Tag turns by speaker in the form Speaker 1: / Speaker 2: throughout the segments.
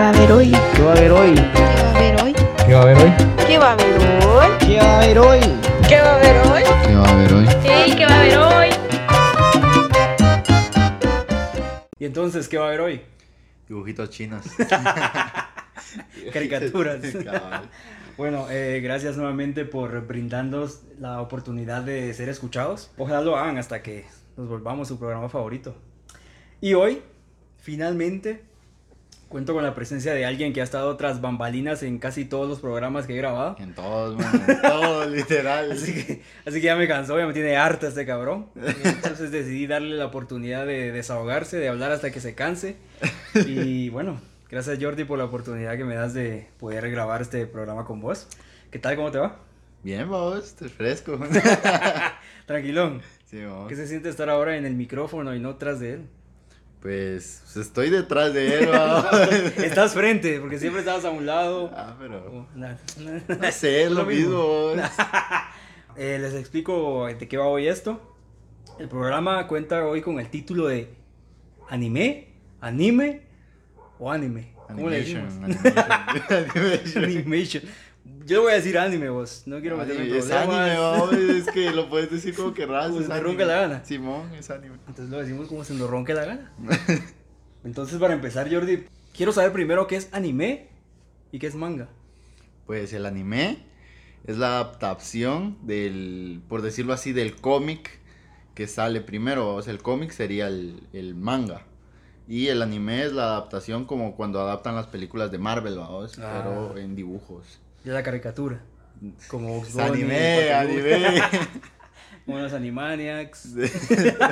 Speaker 1: va a haber hoy?
Speaker 2: ¿Qué va a haber hoy?
Speaker 3: ¿Qué va a haber hoy?
Speaker 2: ¿Qué va a haber hoy?
Speaker 1: ¿Qué va a haber hoy?
Speaker 2: ¿Qué va a haber hoy?
Speaker 4: ¿Qué va a haber hoy?
Speaker 5: ¿qué va a haber hoy?
Speaker 6: Y entonces, ¿qué va a haber hoy?
Speaker 4: Dibujitos chinos.
Speaker 6: Caricaturas.
Speaker 4: Cabal.
Speaker 6: Bueno, eh, gracias nuevamente por brindarnos la oportunidad de ser escuchados. Ojalá lo hagan hasta que nos volvamos su programa favorito. Y hoy, finalmente, cuento con la presencia de alguien que ha estado tras bambalinas en casi todos los programas que he grabado.
Speaker 4: En todos, mano, en todos, literal.
Speaker 6: Así que, así que ya me cansó, ya me tiene harta este cabrón. Entonces decidí darle la oportunidad de desahogarse, de hablar hasta que se canse. Y bueno, gracias Jordi por la oportunidad que me das de poder grabar este programa con vos. ¿Qué tal? ¿Cómo te va?
Speaker 4: Bien, vos, te fresco.
Speaker 6: Tranquilón.
Speaker 4: Sí, vos.
Speaker 6: ¿Qué se siente estar ahora en el micrófono y no tras de él?
Speaker 4: Pues pues, estoy detrás de él, vos.
Speaker 6: Estás frente, porque siempre estabas a un lado. Oh,
Speaker 4: Ah, pero.
Speaker 6: O- na- na-
Speaker 4: No sé, es lo mismo. vos.
Speaker 6: Eh, les explico de qué va hoy esto. El programa cuenta hoy con el título de anime, anime o anime. ¿Cómo le
Speaker 4: Animation,
Speaker 6: decimos?
Speaker 4: animation. Animation.
Speaker 6: Animation. Yo voy a decir anime, vos. No quiero meterme en
Speaker 4: Es
Speaker 6: problemas.
Speaker 4: anime, vos, es que lo puedes decir como querrás.
Speaker 6: Como
Speaker 4: es
Speaker 6: se te
Speaker 4: anime.
Speaker 6: ronca la gana.
Speaker 4: Simón, es anime.
Speaker 6: Entonces lo decimos como se nos ronque la gana. Entonces, para empezar, Jordi, quiero saber primero qué es anime y qué es manga.
Speaker 4: Pues el anime es la adaptación del, por decirlo así, del cómic que sale primero. O sea, el cómic sería el, el manga. Y el anime es la adaptación como cuando adaptan las películas de Marvel, ¿vaos?
Speaker 6: Ah.
Speaker 4: pero en dibujos.
Speaker 6: Y es la caricatura. Como Bugs
Speaker 4: Es
Speaker 6: Bunny,
Speaker 4: anime,
Speaker 6: Patrick Wood,
Speaker 4: anime.
Speaker 6: Como los Animaniacs.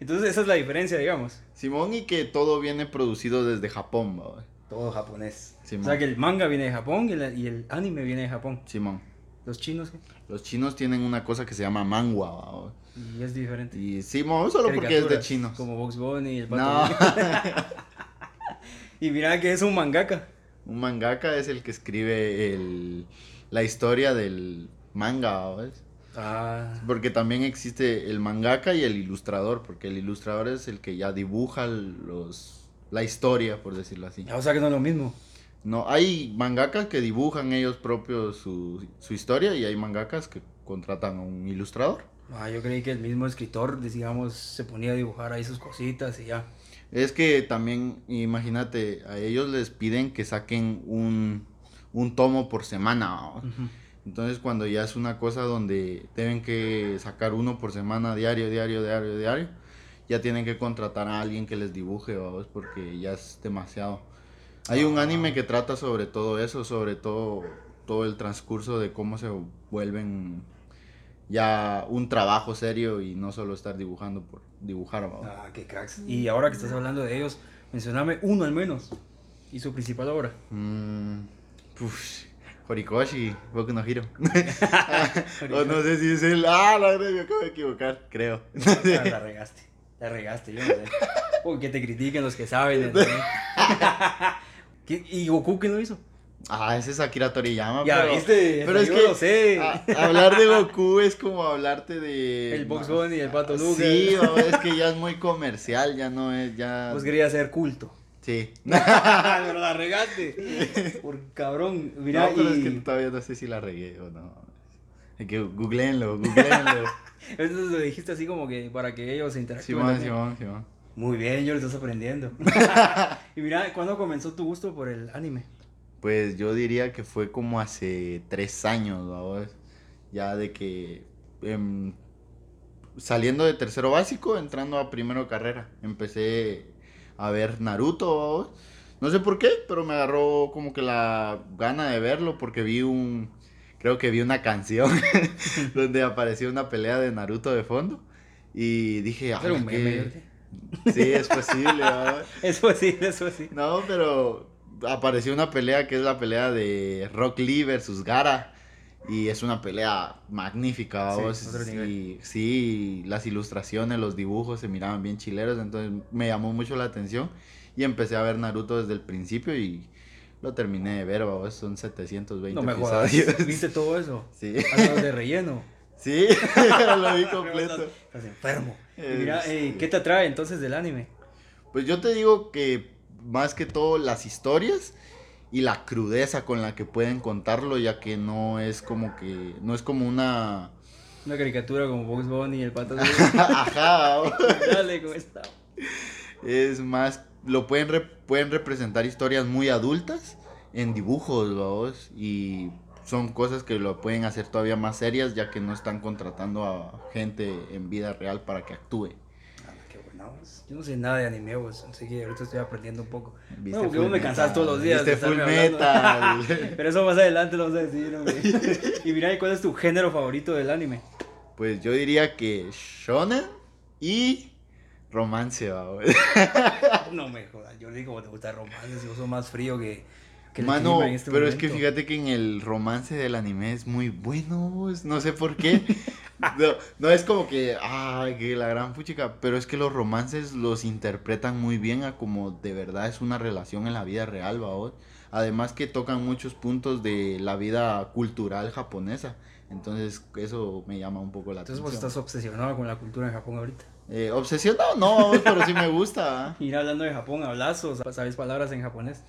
Speaker 6: Entonces, esa es la diferencia, digamos.
Speaker 4: Simón y que todo viene producido desde Japón, ¿vaos?
Speaker 6: Todo japonés.
Speaker 4: Simón.
Speaker 6: O sea que el manga viene de Japón y el, y el anime viene de Japón.
Speaker 4: Simón.
Speaker 6: Los chinos, ¿qué?
Speaker 4: Los chinos tienen una cosa que se llama mangua, ¿vaos?
Speaker 6: Y es diferente.
Speaker 4: Y Simón, solo porque es de
Speaker 6: Caricaturas,
Speaker 4: chinos.
Speaker 6: Como Bugs Bunny y el Pato
Speaker 4: No.
Speaker 6: Donald. Y mira que es un mangaka.
Speaker 4: Un mangaka es el que escribe el, la historia del manga, ¿ves?
Speaker 6: Ah.
Speaker 4: Porque también existe el mangaka y el ilustrador, porque el ilustrador es el que ya dibuja los, la historia, por decirlo así.
Speaker 6: Ah, O sea que no es lo mismo.
Speaker 4: No, hay mangakas que dibujan ellos propios su, su historia y hay mangakas que contratan a un ilustrador.
Speaker 6: Ah, yo creí que el mismo escritor, digamos, se ponía a dibujar ahí sus cositas y ya.
Speaker 4: Es que también, imagínate, a ellos les piden que saquen un, un tomo por semana. ¿va? Entonces cuando ya es una cosa donde tienen que sacar uno por semana, diario, diario, diario, diario, ya tienen que contratar a alguien que les dibuje, vamos, porque ya es demasiado. Hay un anime que trata sobre todo eso, sobre todo todo el transcurso de cómo se vuelven ya un trabajo serio y no solo estar dibujando por dibujar. ¿va?
Speaker 6: Ah, qué cracks. Y ahora que estás hablando de ellos, mencioname uno al menos. Y su principal obra.
Speaker 4: Mm, puf, Horikoshi, Boku no Hiro. o no sé si es el... Ah, la verdad, me acabo de equivocar, creo.
Speaker 6: Ah, la regaste. La regaste, yo no sé. Uy, que te critiquen los que saben. ¿no? ¿Qué- ¿Y Goku qué no hizo?
Speaker 4: Ah, ese es Akira Toriyama.
Speaker 6: Ya
Speaker 4: pero,
Speaker 6: viste,
Speaker 4: pero
Speaker 6: hasta
Speaker 4: es
Speaker 6: yo
Speaker 4: que ah,
Speaker 6: lo sé.
Speaker 4: a- hablar de Goku es como hablarte de.
Speaker 6: El Bugs Bunny y el Pato Lucas.
Speaker 4: ah, Sí, o es que ya es muy comercial, ya no es, ya.
Speaker 6: Vos querías ser culto. Ah,
Speaker 4: Sí.
Speaker 6: Pero la regaste. Por cabrón. Mira,
Speaker 4: no, pero
Speaker 6: y...
Speaker 4: es que todavía no sé si la regué o no. Hay que googleenlo, googleenlo.
Speaker 6: Entonces lo dijiste así como que para que ellos se interactúen.
Speaker 4: Simón,
Speaker 6: también.
Speaker 4: Simón, Simón.
Speaker 6: Muy bien, yo lo estás aprendiendo. y mira, ¿cuándo comenzó tu gusto por el anime?
Speaker 4: Pues yo diría que fue como hace tres años, ¿vamos? Ya de que em, saliendo de tercero básico, entrando a primero carrera, empecé a ver Naruto, ¿vamos? No sé por qué, pero me agarró como que la gana de verlo porque vi un, creo que vi una canción donde apareció una pelea de Naruto de fondo y dije,
Speaker 6: Era un
Speaker 4: "Ala,
Speaker 6: meme.
Speaker 4: Ah, qué- sí, es posible, ¿vamos?
Speaker 6: Eso sí, eso sí.
Speaker 4: No, pero apareció una pelea que es la pelea de Rock Lee versus Gara. Y es una pelea magnífica,
Speaker 6: Sí,
Speaker 4: vamos.
Speaker 6: otro nivel.
Speaker 4: Y- sí, las ilustraciones, los dibujos se miraban bien chileros, entonces me llamó mucho la atención. Y empecé a ver Naruto desde el principio y lo terminé de ver, vamos. Son 720
Speaker 6: No me jodas.
Speaker 4: episodios.
Speaker 6: ¿Viste todo eso?
Speaker 4: Sí,
Speaker 6: Hasta los Ah, de relleno.
Speaker 4: sí, lo vi completo.
Speaker 6: Estás enfermo. Y
Speaker 4: Eh,
Speaker 6: mira,
Speaker 4: sí.
Speaker 6: eh, ¿qué te atrae entonces del anime?
Speaker 4: Pues yo te digo que más que todo las historias y la crudeza con la que pueden contarlo, ya que no es como que, no es como una...
Speaker 6: Una caricatura como Bugs Bunny y el pato. de-
Speaker 4: Ajá, ¿o?
Speaker 6: Dale, ¿cómo está?
Speaker 4: es más, lo pueden, rep- pueden representar historias muy adultas en dibujos, ¿vaos? y son cosas que lo pueden hacer todavía más serias, ya que no están contratando a gente en vida real para que actúe.
Speaker 6: Ah, qué buena voz. Yo no sé nada de anime, vos, así que ahorita estoy aprendiendo un poco.
Speaker 4: ¿Viste
Speaker 6: no, porque vos me
Speaker 4: Fullmetal?
Speaker 6: cansás todos los días. de
Speaker 4: ¿Viste Full
Speaker 6: estarme hablando.
Speaker 4: Metal?
Speaker 6: Pero eso más adelante lo vamos a decir, hombre. y mira, ¿y ¿cuál es tu género favorito del anime?
Speaker 4: Pues yo diría que shonen y romance, ¿vaos?
Speaker 6: No me jodas, yo le digo, te gusta romance, si vos sos más frío que, que el
Speaker 4: Mano,
Speaker 6: clima en este
Speaker 4: pero es que
Speaker 6: momento.
Speaker 4: fíjate que en el romance del anime es muy bueno, vos, no sé por qué. No, no es como que, ay, que la gran puchica, pero es que los romances los interpretan muy bien a como de verdad es una relación en la vida real, vos. Además que tocan muchos puntos de la vida cultural japonesa. Entonces eso me llama un poco la
Speaker 6: Entonces vos
Speaker 4: atención.
Speaker 6: estás obsesionado con la cultura de Japón ahorita.
Speaker 4: Eh, obsesionado, no, vos, pero sí me gusta. ¿ah?
Speaker 6: Y hablando de Japón, hablas o sa- sabes palabras en japonés.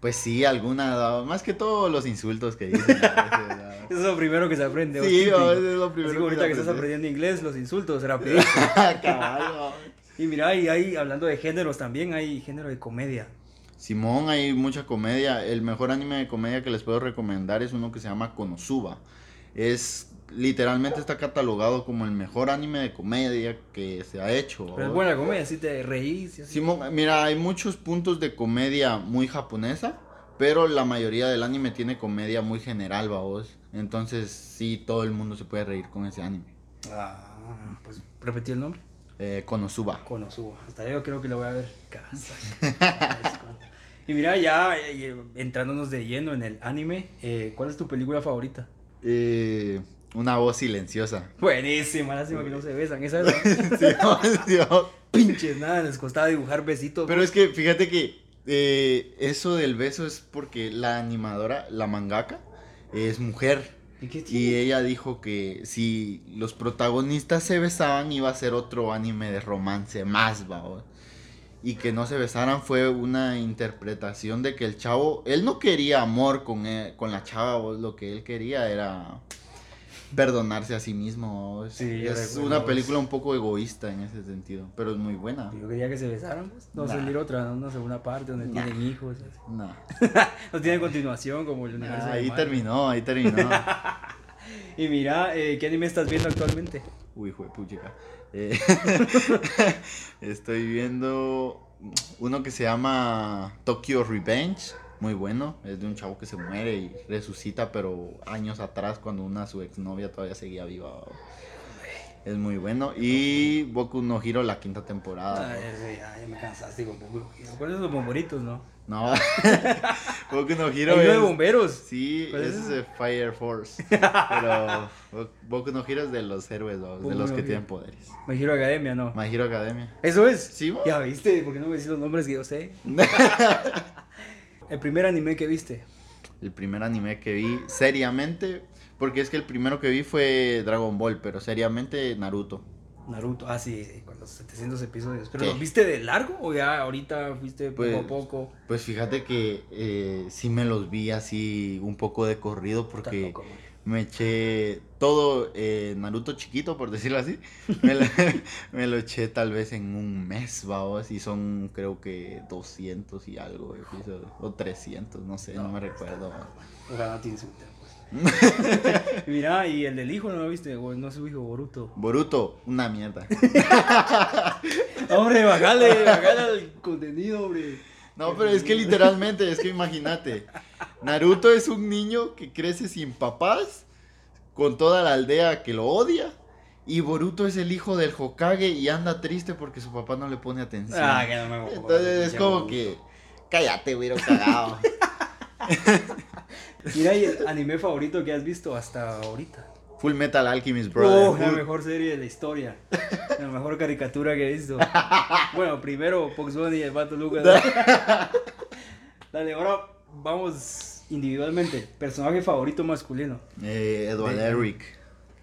Speaker 4: Pues sí, alguna, ¿va? más que todo los insultos que dicen. a veces, ¿va?
Speaker 6: Eso es lo primero que se aprende. vos,
Speaker 4: Sí,
Speaker 6: típico.
Speaker 4: vos, es lo
Speaker 6: Así
Speaker 4: primero
Speaker 6: como ahorita que estás
Speaker 4: aprendí.
Speaker 6: aprendiendo inglés, los insultos, rapidito.
Speaker 4: Caballo.
Speaker 6: Y mira, y ahí hablando de géneros también, hay género de comedia.
Speaker 4: Simón, hay mucha comedia. El mejor anime de comedia que les puedo recomendar es uno que se llama Konosuba. Es literalmente está catalogado como el mejor anime de comedia que se ha hecho.
Speaker 6: Pero es
Speaker 4: ¿vos?
Speaker 6: buena comedia, así te reís. y así.
Speaker 4: Simón, mira, hay muchos puntos de comedia muy japonesa, pero la mayoría del anime tiene comedia muy general, vos. Entonces, sí, todo el mundo se puede reír con ese anime.
Speaker 6: Ah, pues repetí el nombre.
Speaker 4: Eh, Konosuba.
Speaker 6: Konosuba. Hasta yo creo que lo voy a ver. Casaca. y mira, ya eh, entrándonos de lleno en el anime, eh, ¿cuál es tu película favorita?
Speaker 4: Eh, una voz silenciosa.
Speaker 6: Buenísima, lástima que no se besan. Esa es la-
Speaker 4: Simón, Simón.
Speaker 6: pinches nada, les costaba dibujar besitos.
Speaker 4: Pero es que fíjate que eh, eso del beso es porque la animadora, la mangaka, es mujer.
Speaker 6: ¿Y qué tiene?
Speaker 4: Y ella dijo que si los protagonistas se besaban iba a ser otro anime de romance más, vamos. Y que no se besaran fue una interpretación de que el chavo, él no quería amor con, él- con la chava, ¿vos? lo que él quería era perdonarse a sí mismo. ¿vos?
Speaker 6: Sí,
Speaker 4: es
Speaker 6: recuerdo,
Speaker 4: una
Speaker 6: ¿vos?
Speaker 4: película un poco egoísta en ese sentido, pero es muy buena.
Speaker 6: Yo quería que se besaran, pues. No
Speaker 4: Nah.
Speaker 6: salir otra, ¿no? una segunda parte donde
Speaker 4: Nah.
Speaker 6: tienen hijos. así.
Speaker 4: Nah.
Speaker 6: No tienen continuación como el universo. de
Speaker 4: ahí
Speaker 6: Marvel.
Speaker 4: terminó, ahí terminó.
Speaker 6: Y mira, eh, ¿qué anime estás viendo actualmente?
Speaker 4: Uy, hijo de puchica. Eh, estoy viendo uno que se llama Tokyo Revenge. Muy bueno, es de un chavo que se muere y resucita, pero años atrás cuando una su exnovia todavía seguía viva. Es muy bueno. Y Boku no Hiro, la quinta temporada.
Speaker 6: Ay, sí, ya, ya me cansaste con Boku no Hero. ¿Cuáles son los bomberitos, no?
Speaker 4: No, Boku no
Speaker 6: El
Speaker 4: Hiro
Speaker 6: de
Speaker 4: es...
Speaker 6: bomberos.
Speaker 4: Sí,
Speaker 6: ¿Cuál es
Speaker 4: ese es
Speaker 6: ese?
Speaker 4: de Fire Force. Pero Bo- Boku no Hiro es de los héroes, ¿no?
Speaker 6: Boku
Speaker 4: de los
Speaker 6: no
Speaker 4: que
Speaker 6: Hero.
Speaker 4: tienen poderes.
Speaker 6: Me giro academia, no.
Speaker 4: My Hero Academia.
Speaker 6: Eso es.
Speaker 4: Sí, vos.
Speaker 6: Ya viste, porque no me decís los nombres que yo sé. El primer anime que viste.
Speaker 4: El primer anime que vi seriamente, porque es que el primero que vi fue Dragon Ball, pero seriamente Naruto.
Speaker 6: Naruto, ah, sí, sí, con los 700 episodios. ¿Pero
Speaker 4: Sí.
Speaker 6: los viste de largo o ya ahorita fuiste poco
Speaker 4: Pues,
Speaker 6: a poco?
Speaker 4: Pues fíjate que eh, sí me los vi así un poco de corrido porque
Speaker 6: Tampoco, man.
Speaker 4: me eché todo eh, Naruto chiquito, por decirlo así. Me lo, me lo eché tal vez en un mes, vamos, y son creo que 200 y algo episodios, o 300, no sé, no,
Speaker 6: No,
Speaker 4: me recuerdo.
Speaker 6: Ojalá no te insulten, pues. Mira, y el del hijo no lo viste, güey, no es su hijo, Boruto.
Speaker 4: Boruto, una mierda.
Speaker 6: Hombre, bajale, bajale el contenido, hombre.
Speaker 4: No, pero es que literalmente, es que imagínate, Naruto es un niño que crece sin papás, con toda la aldea que lo odia, y Boruto es el hijo del Hokage y anda triste porque su papá no le pone atención.
Speaker 6: Ah, que no me voy a jugar,
Speaker 4: Entonces es
Speaker 6: pinche
Speaker 4: como
Speaker 6: Boruto.
Speaker 4: que, cállate, güero cagado.
Speaker 6: Mira, y el anime favorito que has visto hasta ahorita.
Speaker 4: Full Metal Alchemist, brother.
Speaker 6: Oh, la
Speaker 4: Full-
Speaker 6: mejor serie de la historia. La mejor caricatura que he visto. Bueno, primero Fox Bunny y el Pato Lucas. Dale, ahora vamos individualmente. Personaje favorito masculino.
Speaker 4: Eh, Edward
Speaker 6: De-
Speaker 4: Elric.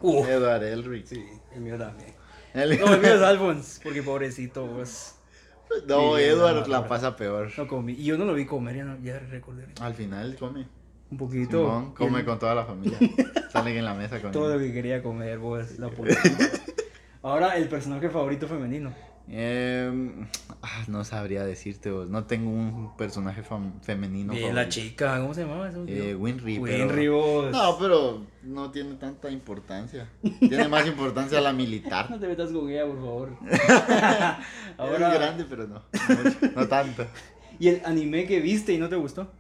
Speaker 6: Uh,
Speaker 4: Edward Elric.
Speaker 6: sí, el mío también.
Speaker 4: El-
Speaker 6: No, el mío es Alphonse, porque pobrecito vos.
Speaker 4: No,
Speaker 6: Sí,
Speaker 4: Edward
Speaker 6: no,
Speaker 4: la
Speaker 6: no,
Speaker 4: pasa peor.
Speaker 6: pues, No comí. Y yo no lo vi comer, ya, no- ya recordé.
Speaker 4: Al final come.
Speaker 6: Un poquito.
Speaker 4: Simón come con toda la familia. Salen en la mesa con
Speaker 6: Todo lo
Speaker 4: él.
Speaker 6: que quería comer, vos, la política. Ahora, el personaje favorito femenino.
Speaker 4: Em, ah, no sabría decirte vos. No tengo un personaje fam- femenino.
Speaker 6: Bien,
Speaker 4: favorito.
Speaker 6: la chica, ¿cómo se llamaba? eso?
Speaker 4: Eh, Winry. pero-
Speaker 6: Winry, vos.
Speaker 4: No, pero no tiene tanta importancia. Tiene más importancia la militar.
Speaker 6: No te metas con ella, por favor.
Speaker 4: Ahora...
Speaker 6: Ahora,
Speaker 4: Es grande, pero no. No, no tanto.
Speaker 6: ¿y el anime que viste y no te gustó?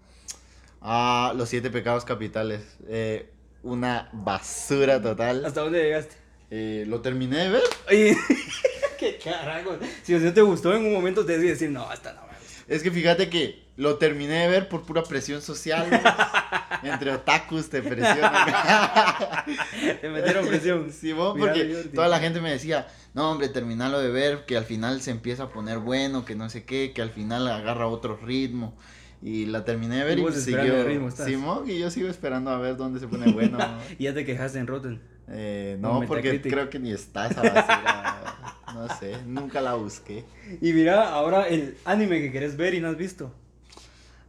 Speaker 4: Ah, los siete pecados capitales. Eh, una basura total.
Speaker 6: ¿Hasta dónde llegaste?
Speaker 4: Eh, lo terminé de ver.
Speaker 6: Oye, qué carajo. Si no te gustó en un momento, te debes decir, no, hasta no. me gustó".
Speaker 4: Es que fíjate que lo terminé de ver por pura presión social. ¿no? Entre otakus te presionan.
Speaker 6: Te metieron presión.
Speaker 4: Sí, vos,
Speaker 6: Mira,
Speaker 4: porque
Speaker 6: Jordi.
Speaker 4: toda la gente me decía, no, hombre, terminalo de ver, que al final se empieza a poner bueno, que no sé qué, que al final agarra otro ritmo. Y la terminé de ver
Speaker 6: Y
Speaker 4: y,
Speaker 6: vos esperando
Speaker 4: siguió.
Speaker 6: el ritmo estás.
Speaker 4: Simón, y yo sigo esperando a ver dónde se pone bueno.
Speaker 6: Y ya te quejaste en Rotten.
Speaker 4: Eh,
Speaker 6: Con
Speaker 4: no, porque
Speaker 6: Metacritic.
Speaker 4: creo que ni está esa basura. No sé, nunca la busqué.
Speaker 6: Y mira, ahora el anime que querés ver y no has visto.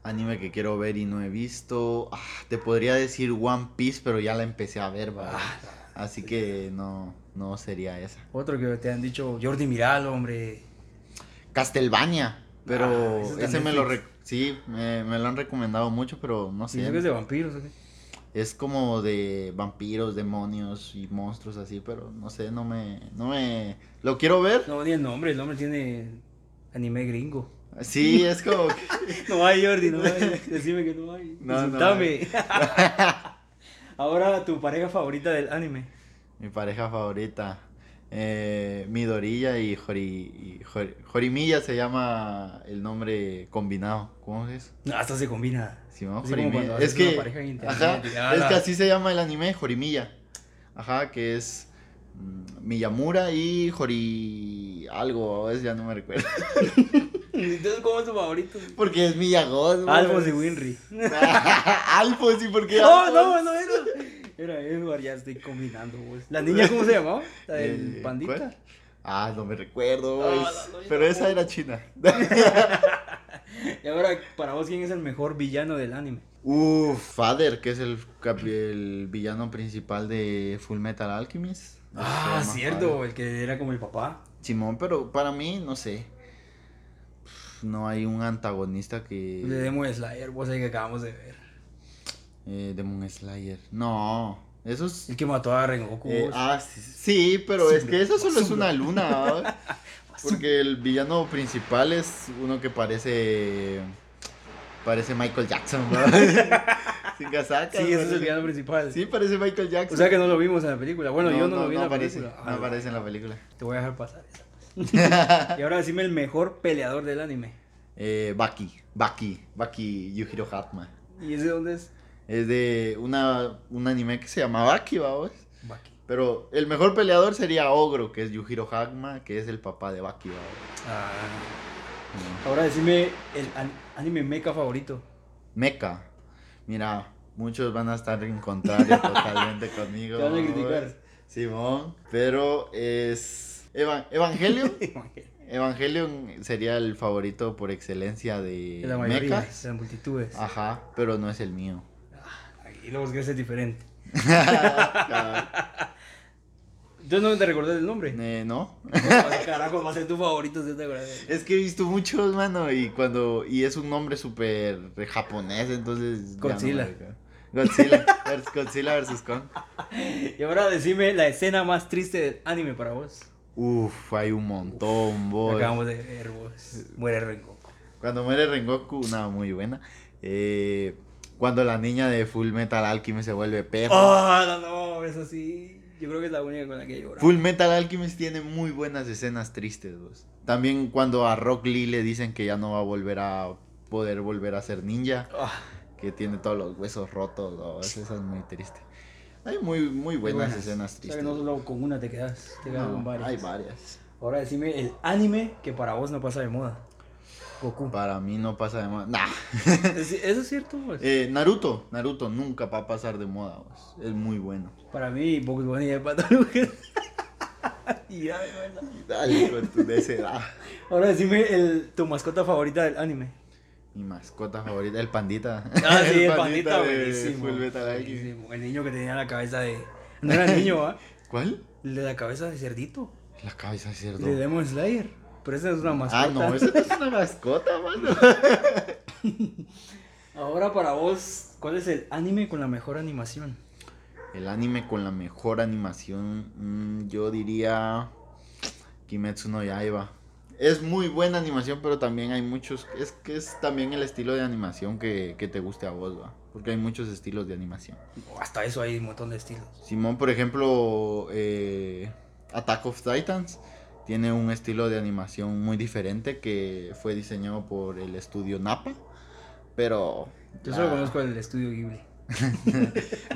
Speaker 4: Anime que quiero ver y no he visto. Ah, te podría decir One Piece, pero ya la empecé a ver, ¿va?
Speaker 6: Ah,
Speaker 4: Así que no, no sería esa.
Speaker 6: Otro que te han dicho, Jordi, miralo, hombre.
Speaker 4: Castlevania,
Speaker 6: Ah,
Speaker 4: pero
Speaker 6: ese está en
Speaker 4: ese me lo
Speaker 6: Netflix.
Speaker 4: rec- sí, me, me lo han recomendado mucho, pero no
Speaker 6: ¿Y eso que es
Speaker 4: sé.
Speaker 6: de vampiros o qué?
Speaker 4: Es como de vampiros, demonios y monstruos así, pero no sé, no me no me lo quiero ver.
Speaker 6: No, ni el nombre, el nombre tiene anime gringo.
Speaker 4: Sí, es como que-
Speaker 6: No hay, Jordi, no hay. Decime que no hay.
Speaker 4: No, no
Speaker 6: Insultame. Ahora tu pareja favorita del anime.
Speaker 4: mi pareja favorita eh, Midorilla y, Jori, y Jori- Jorimilla se llama el nombre combinado. ¿Cómo es?
Speaker 6: No, hasta se combina.
Speaker 4: Sí, ¿no?
Speaker 6: Así como
Speaker 4: Jorimilla.
Speaker 6: cuando
Speaker 4: Es
Speaker 6: haces una
Speaker 4: que,
Speaker 6: pareja en internet
Speaker 4: ajá,
Speaker 6: y, "Ala".
Speaker 4: es que así se llama el anime, Jorimilla. Ajá, que es mm, Miyamura y Jori... algo, es, ya no me recuerdo.
Speaker 6: Entonces, ¿cómo es tu favorito?
Speaker 4: Porque es Miyagod. güey.
Speaker 6: Albos y Winry.
Speaker 4: Alfos, ¿y por qué?
Speaker 6: No,
Speaker 4: Alfos?
Speaker 6: no, no era. Era Edward, ya estoy combinando, güey. ¿La niña cómo se llamaba? ¿La del
Speaker 4: Eh,
Speaker 6: pandita?
Speaker 4: ¿cuál? Ah, no me recuerdo.
Speaker 6: No,
Speaker 4: es-
Speaker 6: no, no, yo
Speaker 4: pero esa
Speaker 6: tampoco.
Speaker 4: era china.
Speaker 6: Y ahora, para vos, ¿quién es el mejor villano del anime?
Speaker 4: Uf, Father, que es el, cap- el villano principal de Full Metal Alchemist. Se
Speaker 6: Ah,
Speaker 4: llama
Speaker 6: cierto, el que era como el papá.
Speaker 4: Simón, pero para mí, no sé. No hay un antagonista que.
Speaker 6: De Demon Slayer, vos ahí que acabamos de ver.
Speaker 4: eh, Demon Slayer. No. Eso es.
Speaker 6: El que mató a Rengoku.
Speaker 4: eh,
Speaker 6: vos.
Speaker 4: ah, sí, sí, pero es que eso solo es
Speaker 6: basura.
Speaker 4: una luna. ¿va? Porque el villano principal es uno que parece. Parece Michael Jackson, ¿va? Sin casaca.
Speaker 6: sí, ese es
Speaker 4: parece-
Speaker 6: el villano principal.
Speaker 4: Sí, parece Michael Jackson.
Speaker 6: O sea que no lo vimos en la película. Bueno, yo no, lo vi en la
Speaker 4: aparece,
Speaker 6: película.
Speaker 4: No
Speaker 6: Ah,
Speaker 4: aparece en la película.
Speaker 6: Te voy a dejar pasar esa. y ahora decime el mejor peleador del anime.
Speaker 4: Eh, Baki, Baki, Baki Yujiro Hatma.
Speaker 6: ¿Y ese dónde es?
Speaker 4: Es de una, un anime que se llama Baki, vamos.
Speaker 6: Baki.
Speaker 4: Pero el mejor peleador sería Ogro, que es Yujiro Hatma, que es el papá de Baki, babos.
Speaker 6: Ah.
Speaker 4: Mm.
Speaker 6: Ahora decime el an- anime mecha favorito.
Speaker 4: Mecha. Mira, muchos van a estar en contrario totalmente conmigo.
Speaker 6: Te van a
Speaker 4: babos.
Speaker 6: criticar.
Speaker 4: Simón, pero es... Eva- Evangelion.
Speaker 6: De
Speaker 4: Evangelion sería el favorito por excelencia de
Speaker 6: la mayoría,
Speaker 4: Mecha. Ah.
Speaker 6: de las multitudes.
Speaker 4: Ajá, pero no es el mío.
Speaker 6: Y luego es diferente.
Speaker 4: Cabrón.
Speaker 6: Yo no te recordé el nombre.
Speaker 4: Eh, no.
Speaker 6: Ay, Carajo, va a ser tu favorito si te acordás.
Speaker 4: Es que he visto muchos, mano, y cuando y es un nombre súper japonés, entonces ya no me
Speaker 6: Godzilla.
Speaker 4: recuerdo. Godzilla, vers- Godzilla versus Kong.
Speaker 6: Y ahora decime la escena más triste del anime para vos.
Speaker 4: Uf, hay un montón,
Speaker 6: La
Speaker 4: boy.
Speaker 6: Acabamos de ver vos. Muere Rengoku.
Speaker 4: Cuando muere Rengoku, una muy buena. Eh, cuando la niña de Full Metal Alchemist se vuelve perro.
Speaker 6: Oh, no, no, es así. Yo creo que es la única con la que lloro.
Speaker 4: Full Metal Alchemist tiene muy buenas escenas tristes, vos. También cuando a Rock Lee le dicen que ya no va a volver a poder volver a ser ninja,
Speaker 6: Ah,
Speaker 4: que tiene todos los huesos rotos, vos. Esa es muy triste. Hay muy, muy buenas, escenas
Speaker 6: O sea
Speaker 4: tristes.
Speaker 6: que no solo con una te quedas, te quedas
Speaker 4: No,
Speaker 6: con varias.
Speaker 4: hay varias.
Speaker 6: Ahora decime el anime que para vos no pasa de moda. Goku.
Speaker 4: Para mí no pasa de moda. Nah.
Speaker 6: ¿Es- Eso es cierto, pues.
Speaker 4: Eh, Naruto, Naruto nunca va a pasar de moda, vos. Es muy bueno.
Speaker 6: Para mí, Bugs Bunny es Pataluca. Akira, de verdad.
Speaker 4: Dale con tu
Speaker 6: ah.
Speaker 4: necedad.
Speaker 6: Ahora decime el, tu mascota favorita del anime.
Speaker 4: Mi mascota favorita, el pandita.
Speaker 6: Ah, sí, el pandita,
Speaker 4: de
Speaker 6: buenísimo.
Speaker 4: Full Metal Alchemist.
Speaker 6: Buenísimo. El niño que tenía la cabeza de. No era niño, ¿ah?
Speaker 4: ¿Cuál?
Speaker 6: El de la cabeza de cerdito.
Speaker 4: La cabeza de cerdo.
Speaker 6: De Demon Slayer. Pero esa es una mascota.
Speaker 4: Ah, no, esa no es una mascota, mano.
Speaker 6: Ahora para vos, ¿cuál es el anime con la mejor animación?
Speaker 4: El anime con la mejor animación, mm, yo diría Kimetsu no Yaiba. Es muy buena animación, pero también hay muchos. Es que es también el estilo de animación que, que te guste a vos, va. Porque hay muchos estilos de animación.
Speaker 6: Oh, hasta eso hay un montón de estilos.
Speaker 4: Simón, por ejemplo, eh, Attack of Titans tiene un estilo de animación muy diferente que fue diseñado por el estudio Napa. Pero.
Speaker 6: Yo solo
Speaker 4: la-
Speaker 6: conozco el estudio Ghibli.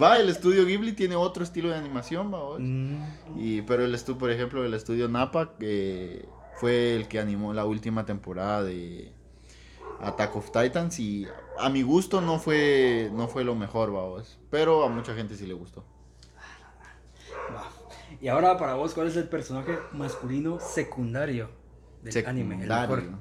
Speaker 4: Va, el estudio Ghibli tiene otro estilo de animación, va. vos.
Speaker 6: Mm.
Speaker 4: Y, pero el estudio, por ejemplo, el estudio Napa, que fue el que animó la última temporada de Attack of Titans y a mi gusto no fue, no fue lo mejor, vamos. Pero a mucha gente sí le gustó.
Speaker 6: Va. Y ahora para vos, ¿cuál es el personaje masculino secundario del anime? El
Speaker 4: Secundario.
Speaker 6: mejor.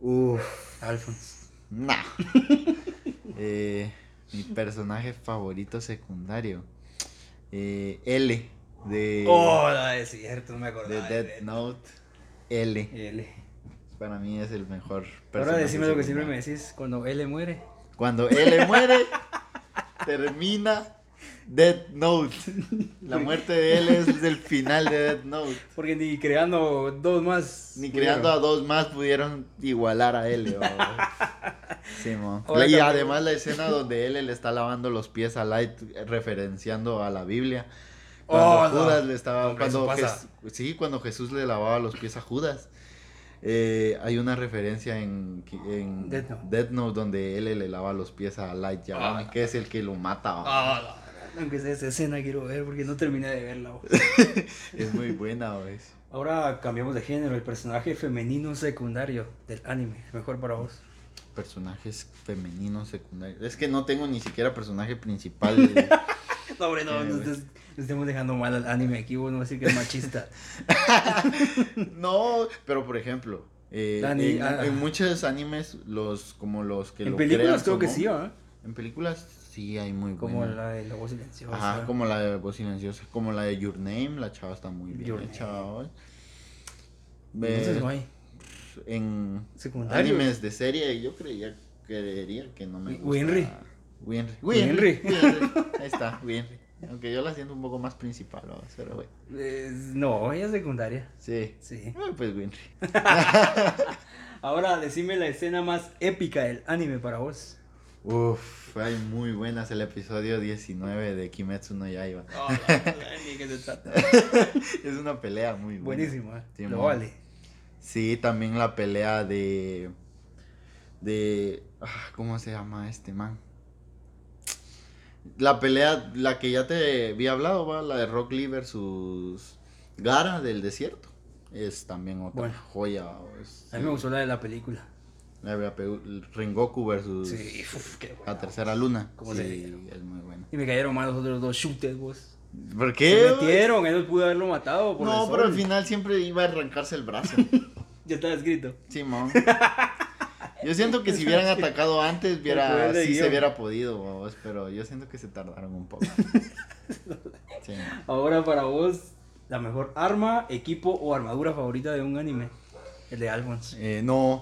Speaker 4: Uf,
Speaker 6: Alphonse.
Speaker 4: nah. Eh, mi personaje favorito secundario. Eh, L de,
Speaker 6: Oh, la es cierto, no me acordaba.
Speaker 4: de
Speaker 6: de
Speaker 4: Death Note. L.
Speaker 6: L.
Speaker 4: Para mí es el mejor personaje.
Speaker 6: Ahora decime lo que siempre
Speaker 4: secundario.
Speaker 6: me decís cuando L muere.
Speaker 4: Cuando L muere, termina Death Note. La muerte de L es el final de Death Note.
Speaker 6: Porque ni creando dos más.
Speaker 4: Ni creando a
Speaker 6: pudieron.
Speaker 4: dos más pudieron igualar a L. o- Sí, mo.
Speaker 6: Ahora
Speaker 4: y
Speaker 6: también-
Speaker 4: además la escena donde L le está lavando los pies a Light eh, referenciando a la Biblia.
Speaker 6: Oh,
Speaker 4: Cuando
Speaker 6: no.
Speaker 4: Judas le estaba.
Speaker 6: Hombre,
Speaker 4: Cuando
Speaker 6: eso pasa.
Speaker 4: Jes- sí, cuando Jesús le lavaba los pies a Judas. Eh, hay una referencia en, en
Speaker 6: Death Note.
Speaker 4: donde L le lava los pies a Light Yagami,
Speaker 6: Ah.
Speaker 4: que es el que lo mata. o-
Speaker 6: Ah, la- Aunque sea esa escena quiero ver porque no terminé de verla. o.
Speaker 4: Es muy buena, o es-
Speaker 6: Ahora cambiamos de género, el personaje femenino secundario del anime, mejor para vos.
Speaker 4: Personajes femeninos secundarios. Es que no tengo ni siquiera personaje principal.
Speaker 6: No, hombre, no,
Speaker 4: Eh,
Speaker 6: nos,
Speaker 4: güey.
Speaker 6: nos- nos estamos dejando mal al anime aquí, vos no vas a decir que es machista.
Speaker 4: No, pero por ejemplo, eh,
Speaker 6: Dani,
Speaker 4: en,
Speaker 6: ah.
Speaker 4: en muchos animes, los como los que
Speaker 6: en
Speaker 4: lo
Speaker 6: películas creo
Speaker 4: crean,
Speaker 6: que
Speaker 4: ¿no?
Speaker 6: sí, ¿ah?
Speaker 4: En películas sí hay muy
Speaker 6: Como
Speaker 4: buena.
Speaker 6: la de la voz silenciosa.
Speaker 4: Ajá, como la de Voz Silenciosa, como la de Your Name, la chava está muy bien
Speaker 6: Your
Speaker 4: hecha.
Speaker 6: Name.
Speaker 4: ¿vale?
Speaker 6: Entonces
Speaker 4: Eh,
Speaker 6: no hay.
Speaker 4: En
Speaker 6: Secundario.
Speaker 4: animes de serie, yo creía, creería que no me gusta.
Speaker 6: Winry.
Speaker 4: Winry.
Speaker 6: Winry.
Speaker 4: Winry. Ahí está, Winry. Aunque yo la siento un poco más principal, ¿no? pero bueno.
Speaker 6: Eh, no, ella es secundaria.
Speaker 4: Sí.
Speaker 6: Sí.
Speaker 4: Ah, pues Winry.
Speaker 6: Ahora decime la escena más épica del anime para vos.
Speaker 4: Uf, hay muy buenas el episodio 19 de Kimetsu no Yaiba.
Speaker 6: Oh.
Speaker 4: Es una pelea muy buena.
Speaker 6: Buenísimo, ¿eh?
Speaker 4: Sí,
Speaker 6: Lo
Speaker 4: mo.
Speaker 6: vale.
Speaker 4: Sí, también la pelea de de ah, ¿cómo se llama este man? La pelea la que ya te había hablado, va, la de Rock Lee versus Gara del desierto. Es también otra
Speaker 6: Bueno.
Speaker 4: joya. o es-
Speaker 6: A mí me gustó la de la película.
Speaker 4: La de Ape- Rengoku versus
Speaker 6: Sí, uf, qué buena.
Speaker 4: la tercera luna.
Speaker 6: ¿Cómo
Speaker 4: sí,
Speaker 6: se llama?
Speaker 4: es muy buena.
Speaker 6: Y me cayeron mal los otros dos shooters, vos.
Speaker 4: ¿Por
Speaker 6: Se
Speaker 4: qué?
Speaker 6: metieron, él pudo haberlo matado. Por
Speaker 4: No,
Speaker 6: el
Speaker 4: pero al
Speaker 6: sol.
Speaker 4: final siempre iba a arrancarse el brazo.
Speaker 6: Ya estaba escrito.
Speaker 4: Simón. Yo siento que si hubieran atacado antes,
Speaker 6: poder
Speaker 4: hubiera,
Speaker 6: de
Speaker 4: sí se
Speaker 6: guión.
Speaker 4: hubiera podido, babos, pero yo siento que se tardaron un poco. Sí.
Speaker 6: Ahora para vos, la mejor arma, equipo o armadura favorita de un anime. El de Alphonse.
Speaker 4: Eh, no,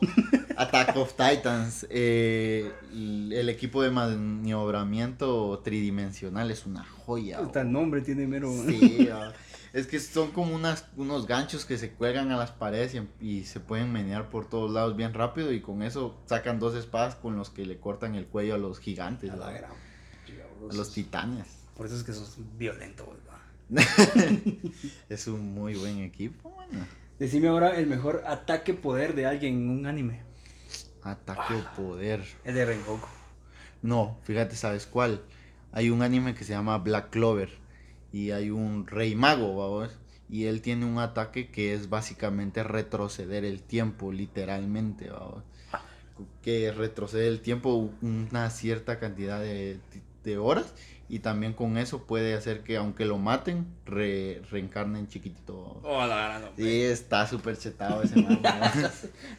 Speaker 4: Attack of Titans. eh, l- el equipo de maniobramiento tridimensional es una joya.
Speaker 6: Hasta el nombre tiene mero.
Speaker 4: babos. Sí, babos. es que son como unas, unos ganchos que se cuelgan a las paredes y, em, y se pueden menear por todos lados bien rápido y con eso sacan dos espadas con los que le cortan el cuello a los gigantes.
Speaker 6: A la
Speaker 4: babos.
Speaker 6: gran-
Speaker 4: A los titanes.
Speaker 6: Por eso es que sos violento, vos, va.
Speaker 4: Es un muy buen equipo, mano.
Speaker 6: Decime ahora el mejor ataque poder de alguien en un anime. Ah.
Speaker 4: Ataque o poder.
Speaker 6: El de Rengoku.
Speaker 4: No, fíjate, ¿sabes cuál? Hay un anime que se llama Black Clover. Y hay un rey mago, vamos. Y él tiene un ataque que es básicamente retroceder el tiempo, literalmente, vamos. Que retrocede el tiempo una cierta cantidad de, de horas Y también con eso puede hacer que, aunque lo maten, re- reencarnen chiquitito.
Speaker 6: Oh, a la gran, no,
Speaker 4: Sí, está súper chetado ese man. ¿no?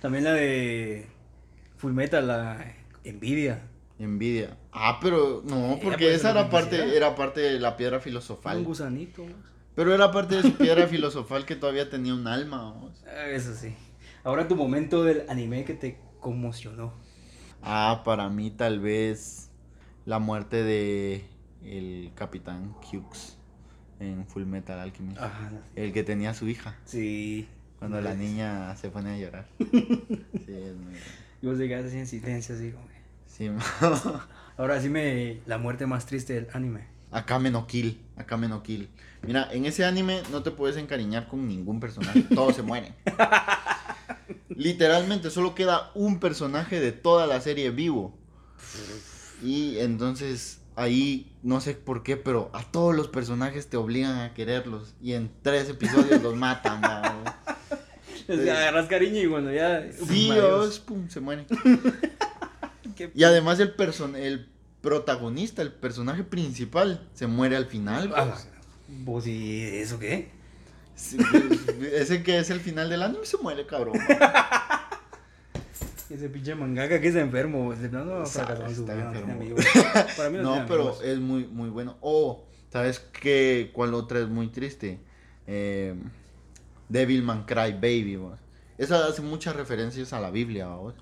Speaker 6: También la de Fulmeta, la envidia.
Speaker 4: Envidia. Ah, pero no,
Speaker 6: Era
Speaker 4: porque
Speaker 6: por
Speaker 4: esa
Speaker 6: eso
Speaker 4: era
Speaker 6: que
Speaker 4: parte,
Speaker 6: quisiera.
Speaker 4: era parte de la piedra
Speaker 6: Un
Speaker 4: filosofal.
Speaker 6: gusanito.
Speaker 4: Pero era parte de su piedra filosofal que todavía tenía un alma. vamos.
Speaker 6: Ah, Eso sí. Ahora tu momento del anime que te conmocionó.
Speaker 4: Ah, para mí tal vez la muerte de el capitán Hughes en Full Metal Alchemist.
Speaker 6: Ajá.
Speaker 4: El que tenía a su hija.
Speaker 6: Sí.
Speaker 4: Cuando la niña se pone a llorar. Sí, es muy...
Speaker 6: Y vos llegaste sin silencio, así como que-
Speaker 4: Sí, ma.
Speaker 6: Ahora sí me... La muerte más triste del anime.
Speaker 4: Akame no Kill, Akame no Kill. Mira, en ese anime no te puedes encariñar con ningún personaje, todos se mueren. Literalmente solo queda un personaje de toda la serie vivo. Y entonces ahí no sé por qué, pero a todos los personajes te obligan a quererlos y en tres episodios los matan. ¿no?
Speaker 6: O sea, agarras cariño y cuando ya...
Speaker 4: Sí,
Speaker 6: Adiós.
Speaker 4: os, pum, se mueren.
Speaker 6: Qué-
Speaker 4: Y además el person el protagonista, el personaje principal se muere al final.
Speaker 6: Ah,
Speaker 4: pues.
Speaker 6: ¿Vos y eso qué?
Speaker 4: Sí, pues, Ese que es el final del anime se muere, cabrón.
Speaker 6: Ese pinche mangaka que es enfermo. ese- No, no,
Speaker 4: Sabe,
Speaker 6: fracasó en su
Speaker 4: está
Speaker 6: vida, no tiene
Speaker 4: enfermo.
Speaker 6: amigos. Para mí no,
Speaker 4: No,
Speaker 6: tiene
Speaker 4: pero
Speaker 6: amigos.
Speaker 4: es muy, muy bueno. O, ¿sabes qué? ¿Cuál otra es muy triste? Eh, Devilman Cry Baby. ¿va? Esa hace muchas referencias a la Biblia. ¿va?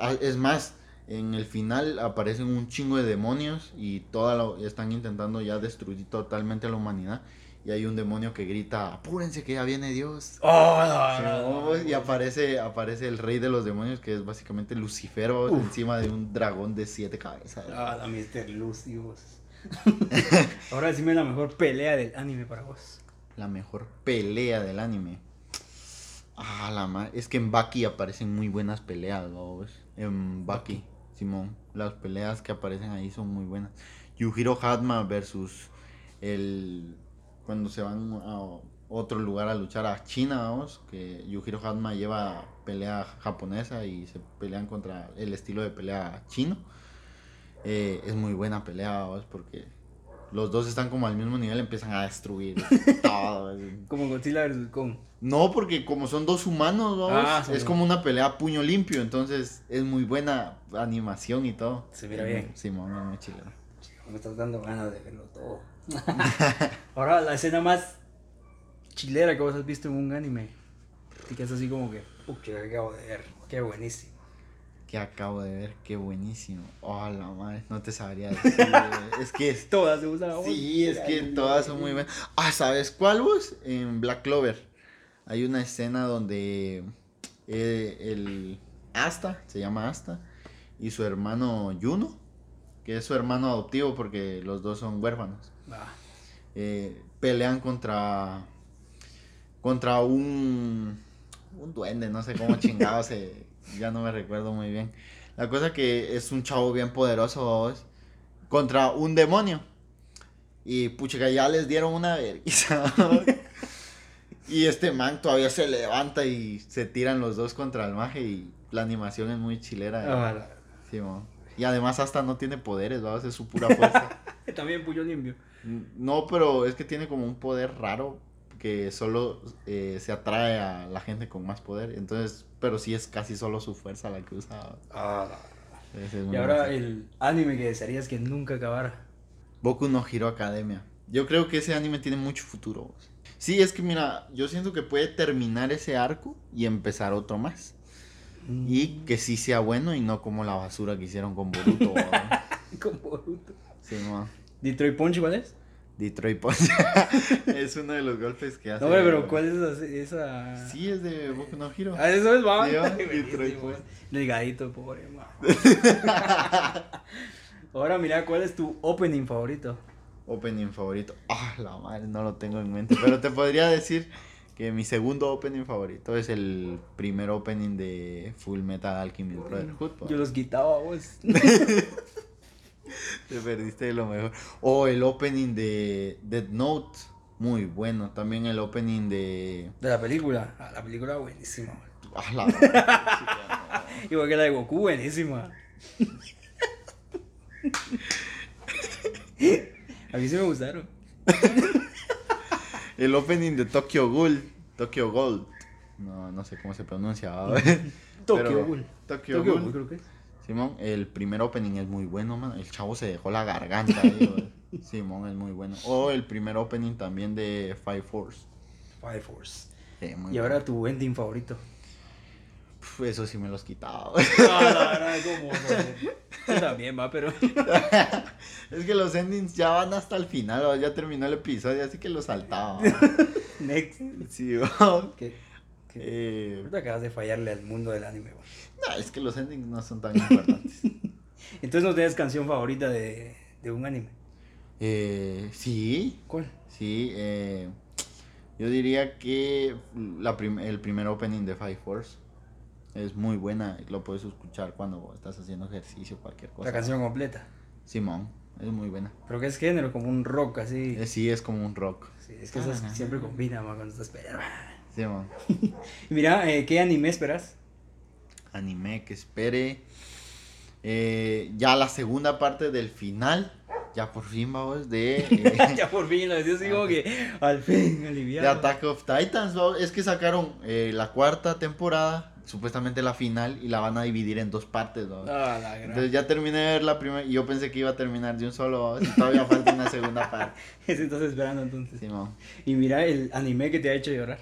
Speaker 4: Ah, Es más, en el final aparecen un chingo de demonios y toda la- están intentando ya destruir totalmente a la humanidad. Y hay un demonio que grita, apúrense que ya viene Dios.
Speaker 6: Oh, no,
Speaker 4: Sí,
Speaker 6: no,
Speaker 4: ¿no?
Speaker 6: no,
Speaker 4: y aparece, aparece el rey de los demonios, que es básicamente Lucifer ¿va?
Speaker 6: Uf.
Speaker 4: encima de un dragón de siete cabezas.
Speaker 6: Ah, la Mr. Lucy, vos. Ahora decime la mejor pelea del anime para vos.
Speaker 4: La mejor pelea del anime. Ah, la ma- Es que en Baki aparecen muy buenas peleas, vamos. En Baki, Simón. Las peleas que aparecen ahí son muy buenas. Yujiro Hatma versus el. Cuando se van a otro lugar a luchar a China, vamos. Que Yujiro Hatma lleva pelea japonesa y se pelean contra el estilo de pelea chino. Eh, es muy buena pelea, vamos, porque los dos están como al mismo nivel, empiezan a destruir todo. así.
Speaker 6: Como Godzilla vs. Kong.
Speaker 4: No, porque como son dos humanos, vamos,
Speaker 6: Ah, sí.
Speaker 4: es como una pelea a puño limpio, entonces es muy buena animación y todo.
Speaker 6: Se mira bien.
Speaker 4: Sí, mamá, muy chido.
Speaker 6: Me estás dando ganas de verlo todo. Ahora la escena más chilera que vos has visto en un anime. Y que es así como que, "Uy, que acabo de ver. Qué buenísimo.
Speaker 4: Que acabo de ver, qué buenísimo. Oh, la madre, no te sabría decir. güey. es que es-
Speaker 6: Todas te gustan a vos.
Speaker 4: Sí, es que
Speaker 6: Ay,
Speaker 4: todas son muy buenas. Ah, ¿sabes cuál vos? En Black Clover. Hay una escena donde eh, el Asta, se llama Asta, y su hermano Yuno, que es su hermano adoptivo porque los dos son huérfanos,
Speaker 6: Ah,
Speaker 4: eh, pelean contra contra un un duende, no sé cómo chingado se ya no me recuerdo muy bien. La cosa que es un chavo bien poderoso babos, contra un demonio. Y pucha, ya les dieron una vergüenza. y este man todavía se levanta y se tiran los dos contra el maje y la animación es muy chilera.
Speaker 6: ah, la-
Speaker 4: Sí, mo. y además hasta no tiene poderes, babos, es su pura fuerza.
Speaker 6: También Puyo Limpio.
Speaker 4: No, pero es que tiene como un poder raro que solo eh, se atrae a la gente con más poder. Entonces, pero sí es casi solo su fuerza la que usa. Ah. eh, Ese es
Speaker 6: Y
Speaker 4: muy
Speaker 6: ahora eh,
Speaker 4: bueno.
Speaker 6: el anime que desearías que nunca acabara.
Speaker 4: Boku no Hero Academia. Yo creo que ese anime tiene mucho futuro. Sí, es que mira, yo siento que puede terminar ese arco y empezar otro más. Y que sí sea bueno y no como la basura que hicieron con Boruto. ¿verdad?
Speaker 6: Con Boruto.
Speaker 4: Sí, no.
Speaker 6: ¿Detroit Punch cuál es?
Speaker 4: Detroit Punch. es uno de los golpes que hace.
Speaker 6: No, hombre, pero ¿cuál es esa? esa-
Speaker 4: Sí, es de Boku no Hero.
Speaker 6: Ah, eso es va.
Speaker 4: Sí, va, pues.
Speaker 6: Buenísimo,
Speaker 4: Detroit
Speaker 6: güey.
Speaker 4: Punch.
Speaker 6: Delgadito, pobre. ma. Ahora mira, ¿cuál es tu opening favorito?
Speaker 4: Opening favorito. Ah, la madre, no lo tengo en mente. Pero te podría decir que mi segundo opening favorito es el primer opening de Full Metal Alchemist Brotherhood. po.
Speaker 6: Yo los quitaba pues. vos.
Speaker 4: Te perdiste de lo mejor. O el opening de Dead Note. Muy bueno. También el opening de.
Speaker 6: De la película. Ah, la película buenísima. güey.
Speaker 4: Ah, la madre, chica, no.
Speaker 6: Igual que la de Goku, buenísima. A mí sí me gustaron.
Speaker 4: El opening de Tokyo Ghoul. Tokyo Gold. No, no sé cómo se pronuncia. va,
Speaker 6: Tokyo
Speaker 4: Pero-
Speaker 6: Ghoul.
Speaker 4: Tokyo,
Speaker 6: Tokyo
Speaker 4: Ghoul.
Speaker 6: Ghoul, creo que es.
Speaker 4: Simón, el primer opening es muy bueno, mano. El chavo se dejó la garganta. ahí, güey. Simón es muy bueno. O el primer opening también de Five Force.
Speaker 6: Fire Force.
Speaker 4: Sí, muy
Speaker 6: Y ahora tu ending favorito.
Speaker 4: bueno. Pf, eso sí me los quitaba. güey.
Speaker 6: Ah, Yo también va, pero.
Speaker 4: es que los endings ya van hasta el final. güey. Ya terminó el episodio, así que lo saltaba.
Speaker 6: Next.
Speaker 4: sí, güey.
Speaker 6: ¿Qué? ¿Qué?
Speaker 4: Eh,
Speaker 6: Ahorita acabas de fallarle al mundo del anime, güey.
Speaker 4: no, es que los endings no son tan importantes.
Speaker 6: Entonces no tienes canción favorita de, de un anime.
Speaker 4: Eh, sí,
Speaker 6: ¿Cuál?
Speaker 4: Sí, eh, yo diría que la prim- el primer opening de Five Force es muy buena. Lo puedes escuchar cuando estás haciendo ejercicio, cualquier cosa.
Speaker 6: La canción completa.
Speaker 4: Simón, es muy buena.
Speaker 6: Pero que es género, como un rock así.
Speaker 4: Eh, sí, es como un rock.
Speaker 6: Sí, es que eso
Speaker 4: Ah.
Speaker 6: siempre combina más cuando estás peleando.
Speaker 4: Simón,
Speaker 6: Y Mira, eh, ¿qué anime esperas?
Speaker 4: anime que espere. Eh, ya la segunda parte del final, ya por fin vamos de, eh,
Speaker 6: ya por fin lo decía así
Speaker 4: Ah,
Speaker 6: como que al fin aliviado.
Speaker 4: de Attack of Titans. babos. Es que sacaron eh, la cuarta temporada, supuestamente la final, y la van a dividir en dos partes. babos.
Speaker 6: Ah, la gran-
Speaker 4: Entonces ya terminé de ver la primera y yo pensé que iba a terminar de un solo, y todavía falta una segunda parte.
Speaker 6: Ese estás esperando entonces.
Speaker 4: Simón,
Speaker 6: Y mira el anime que te ha hecho llorar.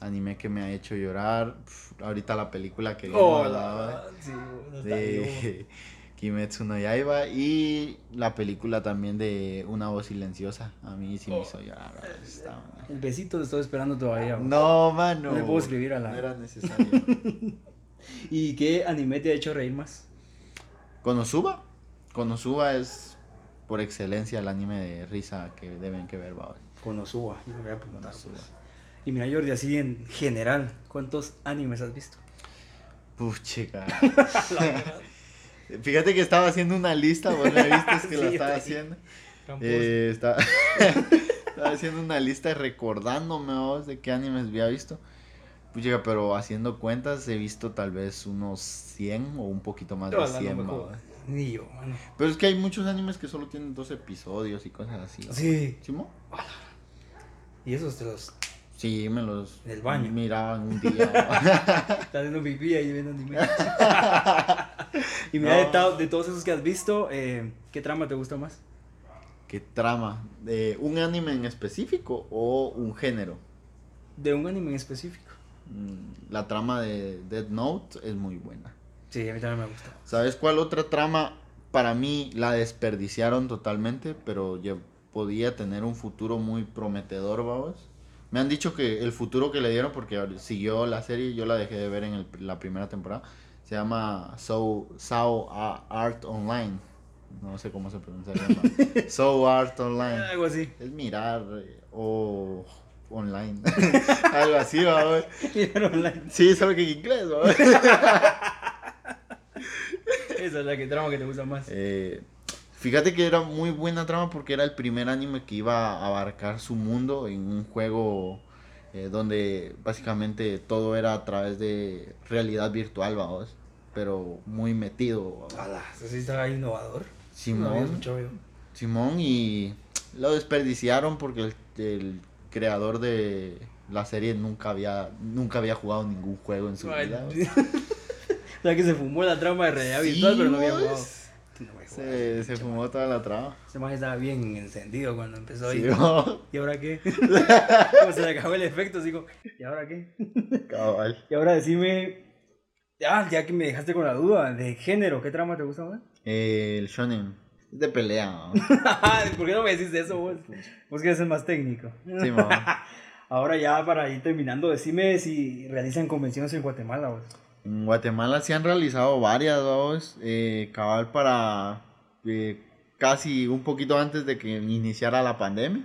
Speaker 4: anime que me ha hecho llorar. Pf, ahorita la película que
Speaker 6: Oh,
Speaker 4: vimos,
Speaker 6: la-
Speaker 4: ¿verdad?
Speaker 6: sí, no está bien.
Speaker 4: de Kimetsu no Yaiba y la película también de Una voz silenciosa. A mí sí me
Speaker 6: Oh.
Speaker 4: hizo llorar. ¿verdad? Está bueno.
Speaker 6: El besito lo estoy esperando todavía. bro.
Speaker 4: No, mano.
Speaker 6: No le puedo escribir a la-
Speaker 4: No era necesario.
Speaker 6: ¿Y qué anime te ha hecho reír más?
Speaker 4: Konosuba. Konosuba es por excelencia el anime de risa que deben que ver, ¿verdad?
Speaker 6: Konosuba. Yo lo voy a apuntar,
Speaker 4: Konosuba.
Speaker 6: pues. Y mira, Jordi, así en general, ¿cuántos animes has visto?
Speaker 4: Puf, chica. Fíjate que estaba haciendo una lista, vos me viste que
Speaker 6: Sí,
Speaker 4: la estaba
Speaker 6: yo te vi.
Speaker 4: haciendo. Eh, está- estaba haciendo una lista y recordándome vos, de qué animes había visto. Pues chica, pero haciendo cuentas he visto tal vez unos 100 o un poquito más de 100. va, va.
Speaker 6: Ni yo, mano.
Speaker 4: pero es que hay muchos animes que solo tienen dos episodios y cosas así.
Speaker 6: Sí.
Speaker 4: ¿Sí, mo?
Speaker 6: Y esos te los
Speaker 4: Sí, me los
Speaker 6: En el baño.
Speaker 4: miraba en un día. va.
Speaker 6: Estás haciendo pipí ahí viendo anime. y mira, de,
Speaker 4: No.
Speaker 6: ta- de todos esos que has visto, eh, ¿qué trama te gusta más?
Speaker 4: ¿Qué trama? Eh, ¿Un anime en específico o un género?
Speaker 6: De un anime en específico.
Speaker 4: Mm, La trama de Dead Note es muy buena.
Speaker 6: Sí, a mí también me gusta.
Speaker 4: ¿Sabes cuál otra trama? Para mí la desperdiciaron totalmente, pero ya podía tener un futuro muy prometedor, vamos. Me han dicho que el futuro que le dieron, porque ahor- siguió la serie, yo la dejé de ver en el- la primera temporada, se llama So, Sao A- Art Online. No sé cómo se pronuncia. ¿no? so Art Online.
Speaker 6: Algo así.
Speaker 4: Es mirar eh, o online. Algo así, vamos.
Speaker 6: Mira, online.
Speaker 4: Sí, solo que en inglés, vamos.
Speaker 6: Esa es la que trama que te gusta más.
Speaker 4: Eh, fíjate que era muy buena trama porque era el primer anime que iba a abarcar su mundo en un juego eh, donde básicamente todo era a través de realidad virtual, vamos, pero muy metido. ¿va?
Speaker 6: Ala, eso sí estaba innovador. Ah, No había
Speaker 4: Simón,
Speaker 6: escuchado yo.
Speaker 4: Simón y lo desperdiciaron porque el, el creador de la serie nunca había nunca había jugado ningún juego en su
Speaker 6: Ay,
Speaker 4: vida. ¿va?
Speaker 6: o sea que se fumó la trama de realidad
Speaker 4: Sí,
Speaker 6: virtual, pero no había
Speaker 4: vos.
Speaker 6: jugado. No me
Speaker 4: Se, se fumó toda la trama.
Speaker 6: Ese maje estaba bien encendido cuando empezó.
Speaker 4: Sí,
Speaker 6: y,
Speaker 4: ¿va?
Speaker 6: ¿Y ahora qué? Como se le acabó el efecto, digo, ¿y ahora qué?
Speaker 4: Cabal.
Speaker 6: Y ahora decime, ah, ya que me dejaste con la duda, de género, ¿qué trama te gusta más?
Speaker 4: Eh, el shonen. Es de pelea. ¿no?
Speaker 6: Ah, ¿Por qué no me decís eso vos? Vos querés ser más técnico.
Speaker 4: Sí, mamá.
Speaker 6: Ahora ya para ir terminando, decime si realizan convenciones en Guatemala vos.
Speaker 4: En Guatemala se han realizado varias, dos. Eh, cabal para eh, casi un poquito antes de que iniciara la pandemia.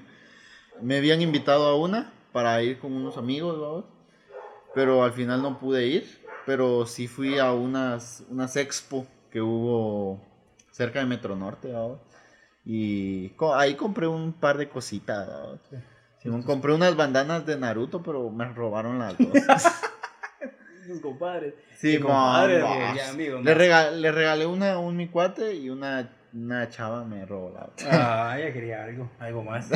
Speaker 4: Me habían invitado a una para ir con unos amigos, vamos, Pero al final no pude ir. Pero sí fui a unas, unas expo que hubo cerca de Metro Norte, vamos, Y co- ahí compré un par de cositas, vamos. Simón, compré unas bandanas de Naruto, pero me robaron las dos.
Speaker 6: Sus compadres.
Speaker 4: Sí,
Speaker 6: compadre,
Speaker 4: mon,
Speaker 6: ya,
Speaker 4: vas.
Speaker 6: amigo,
Speaker 4: le,
Speaker 6: vas.
Speaker 4: rega- le regalé una a un mi cuate y una una chava me robó la otra.
Speaker 6: Ah, ya quería algo, algo más.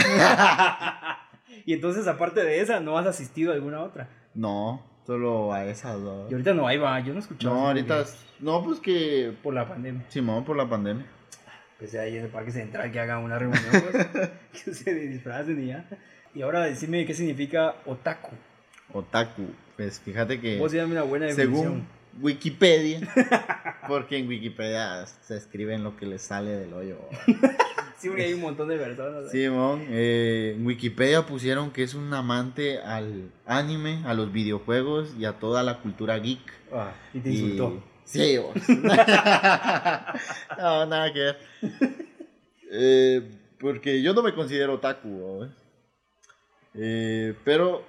Speaker 6: y entonces, aparte de esa, ¿no has asistido a alguna otra?
Speaker 4: No, solo a esas dos.
Speaker 6: Y ahorita no hay, va, yo no he escuchado.
Speaker 4: No,
Speaker 6: así
Speaker 4: ahorita.
Speaker 6: porque-
Speaker 4: No, pues que.
Speaker 6: Por la pandemia.
Speaker 4: Simón, por la pandemia.
Speaker 6: Que sea ahí en el Parque Central, que hagan una reunión, pues, que se disfracen y ya. Y ahora decime qué significa otaku.
Speaker 4: Otaku. Pues fíjate que.
Speaker 6: Vos dame una buena
Speaker 4: Según
Speaker 6: definición.
Speaker 4: Wikipedia, porque en Wikipedia se escriben lo que les sale del hoyo.
Speaker 6: Sí, porque hay un montón de personas. ¿eh?
Speaker 4: Simón, eh, en Wikipedia pusieron que es un amante al anime, a los videojuegos y a toda la cultura geek.
Speaker 6: Ah, y te
Speaker 4: Y-
Speaker 6: insultó.
Speaker 4: Sí, vos. no, nada que ver. Eh, porque yo no me considero otaku, vos. Eh, pero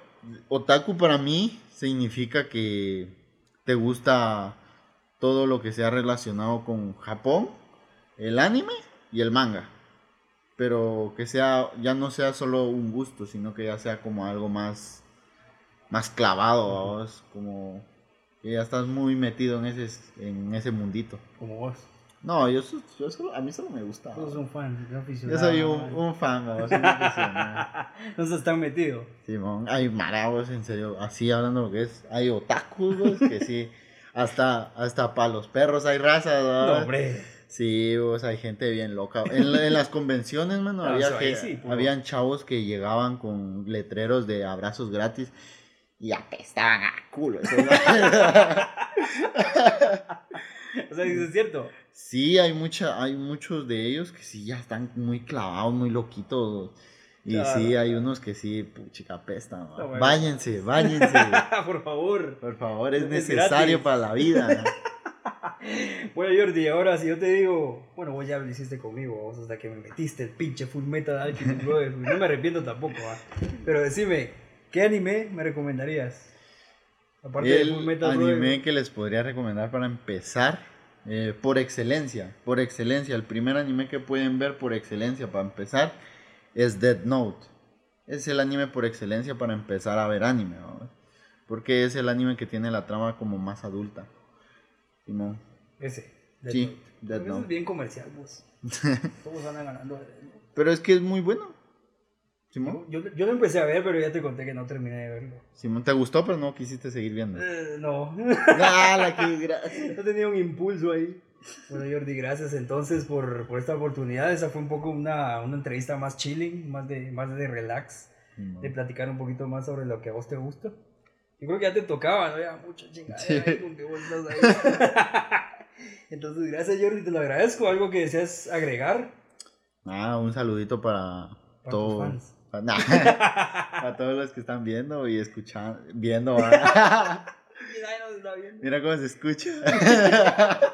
Speaker 4: otaku para mí significa que te gusta todo lo que sea relacionado con Japón, el anime y el manga. Pero que sea, ya no sea solo un gusto, sino que ya sea como algo más, más clavado, vos, como que ya estás muy metido en ese, en ese mundito.
Speaker 6: Como vos.
Speaker 4: No, yo, so- yo solo- a mí solo me gusta.
Speaker 6: Tú sos un fan, un
Speaker 4: Yo
Speaker 6: aficionado.
Speaker 4: soy un,
Speaker 6: ¿no?
Speaker 4: un fan, vos, un aficionado.
Speaker 6: no estás tan metido.
Speaker 4: Simón, hay marabos, en serio, así hablando lo que es. Hay otakus, vos, que sí, hasta, hasta para los perros hay razas, vos.
Speaker 6: No, hombre.
Speaker 4: Sí, vos, hay gente bien loca. En, la- en las convenciones, mano,
Speaker 6: Ah,
Speaker 4: había
Speaker 6: o sea, ahí
Speaker 4: que-
Speaker 6: sí, puro.
Speaker 4: habían chavos que llegaban con letreros de abrazos gratis y apestaban a culo. eso, ¿no?
Speaker 6: O sea, eso es cierto.
Speaker 4: Sí, hay mucha, hay muchos de ellos que sí ya están muy clavados, muy loquitos. Y
Speaker 6: Ya,
Speaker 4: sí,
Speaker 6: la-
Speaker 4: hay unos que sí, pu- chica apestan. ¿va?
Speaker 6: No, bueno.
Speaker 4: Báñense, báñense.
Speaker 6: Ah, Por favor.
Speaker 4: Por favor, es
Speaker 6: Es
Speaker 4: necesario
Speaker 6: gratis.
Speaker 4: para la vida.
Speaker 6: Bueno, Jordi, ahora si yo te digo, bueno, vos ya lo hiciste conmigo, vos hasta que me metiste el pinche Full Metal Alchemist Brother, no me arrepiento tampoco, ah. pero decime, ¿qué anime me recomendarías? Aparte de Full
Speaker 4: El
Speaker 6: Metal
Speaker 4: anime
Speaker 6: Brotherhood.
Speaker 4: que les podría recomendar para empezar, eh, por excelencia, por excelencia, el primer anime que pueden ver por excelencia para empezar es Dead Note. Es el anime por excelencia para empezar a ver anime, ¿no? porque es el anime que tiene la trama como más adulta. Simón.
Speaker 6: ese, Death
Speaker 4: Sí,
Speaker 6: Note.
Speaker 4: Death
Speaker 6: Porque eso
Speaker 4: Note.
Speaker 6: es bien comercial, vos. Todos andan ganando. eh, de Death Note.
Speaker 4: Pero es que es muy bueno. Simón,
Speaker 6: Yo, yo, yo lo empecé a ver, pero ya te conté que no terminé de verlo.
Speaker 4: Simón te gustó, pero no quisiste seguir viendo.
Speaker 6: Eh, no.
Speaker 4: Ah, la que gra-
Speaker 6: Yo tenía un impulso ahí. Bueno, Jordi, gracias entonces por, por esta oportunidad. Esa fue un poco una, una entrevista más chilling, más de, más de relax,
Speaker 4: Simón.
Speaker 6: de platicar un poquito más sobre lo que a vos te gusta. Yo creo que ya te tocaba, ¿no? Ya mucha chingada
Speaker 4: Sí.
Speaker 6: ahí con que vos estás ahí. Entonces, gracias Jordi, te lo agradezco. ¿Algo que deseas agregar?
Speaker 4: Ah, un saludito para,
Speaker 6: tus
Speaker 4: todos.
Speaker 6: fans.
Speaker 4: pa- nah, para todos los que están viendo y escuchando. Viendo. ah.
Speaker 6: Mira, ahí nos está viendo.
Speaker 4: Mira cómo se escucha.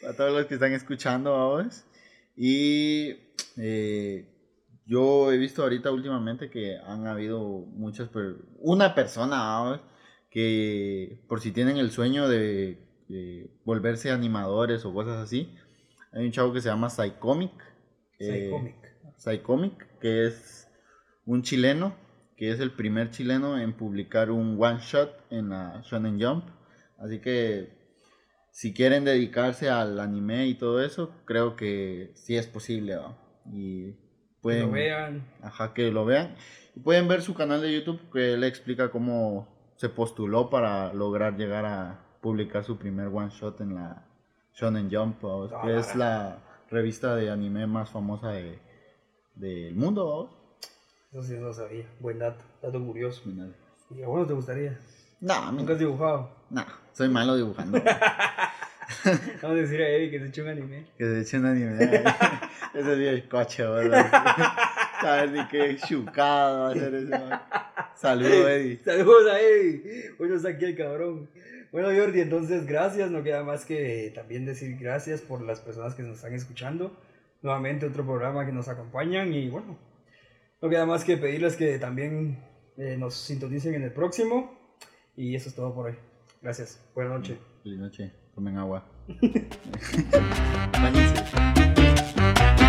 Speaker 4: para todos los que están escuchando vamos. Y eh, yo he visto ahorita últimamente que han habido muchas. per- una persona vamos, que por si tienen el sueño de, de volverse animadores o cosas así. Hay un chavo que se llama Psycomic. eh,
Speaker 6: Psychomic.
Speaker 4: Psycomic, que es un chileno, que es el primer chileno en publicar un one shot en la Shonen Jump. Así que si quieren dedicarse al anime y todo eso, creo que sí es posible. ¿va? Y
Speaker 6: Que
Speaker 4: pueden,
Speaker 6: lo vean.
Speaker 4: Ajá, que lo vean. Y pueden ver su canal de YouTube que él explica cómo se postuló para lograr llegar a publicar su primer one shot en la Shonen Jump, ¿va?
Speaker 6: Ah,
Speaker 4: que
Speaker 6: la
Speaker 4: es la revista de anime más famosa de- del mundo.
Speaker 6: Eso sí, no sabía. Buen dato, dato curioso.
Speaker 4: ¿va?
Speaker 6: ¿Y a vos no te gustaría?
Speaker 4: No, a mí
Speaker 6: Nunca has dibujado.
Speaker 4: no, soy malo dibujando.
Speaker 6: Vamos a decir a Eddie que se eche un anime.
Speaker 4: que se eche un anime. Ese es el coche, ¿verdad? Sabes ni qué chucado va a ser ese. man. Saludo, Eddie.
Speaker 6: Saludos a Eddie. Hoy no está aquí el cabrón. Bueno, Jordi, entonces gracias. No queda más que también decir gracias por las personas que nos están escuchando. Nuevamente otro programa que nos acompañan y bueno, no queda más que pedirles que también eh, nos sintonicen en el próximo. Y eso es todo por hoy. Gracias. Buenas noches.
Speaker 4: Feliz noche, tomen agua. Bañense.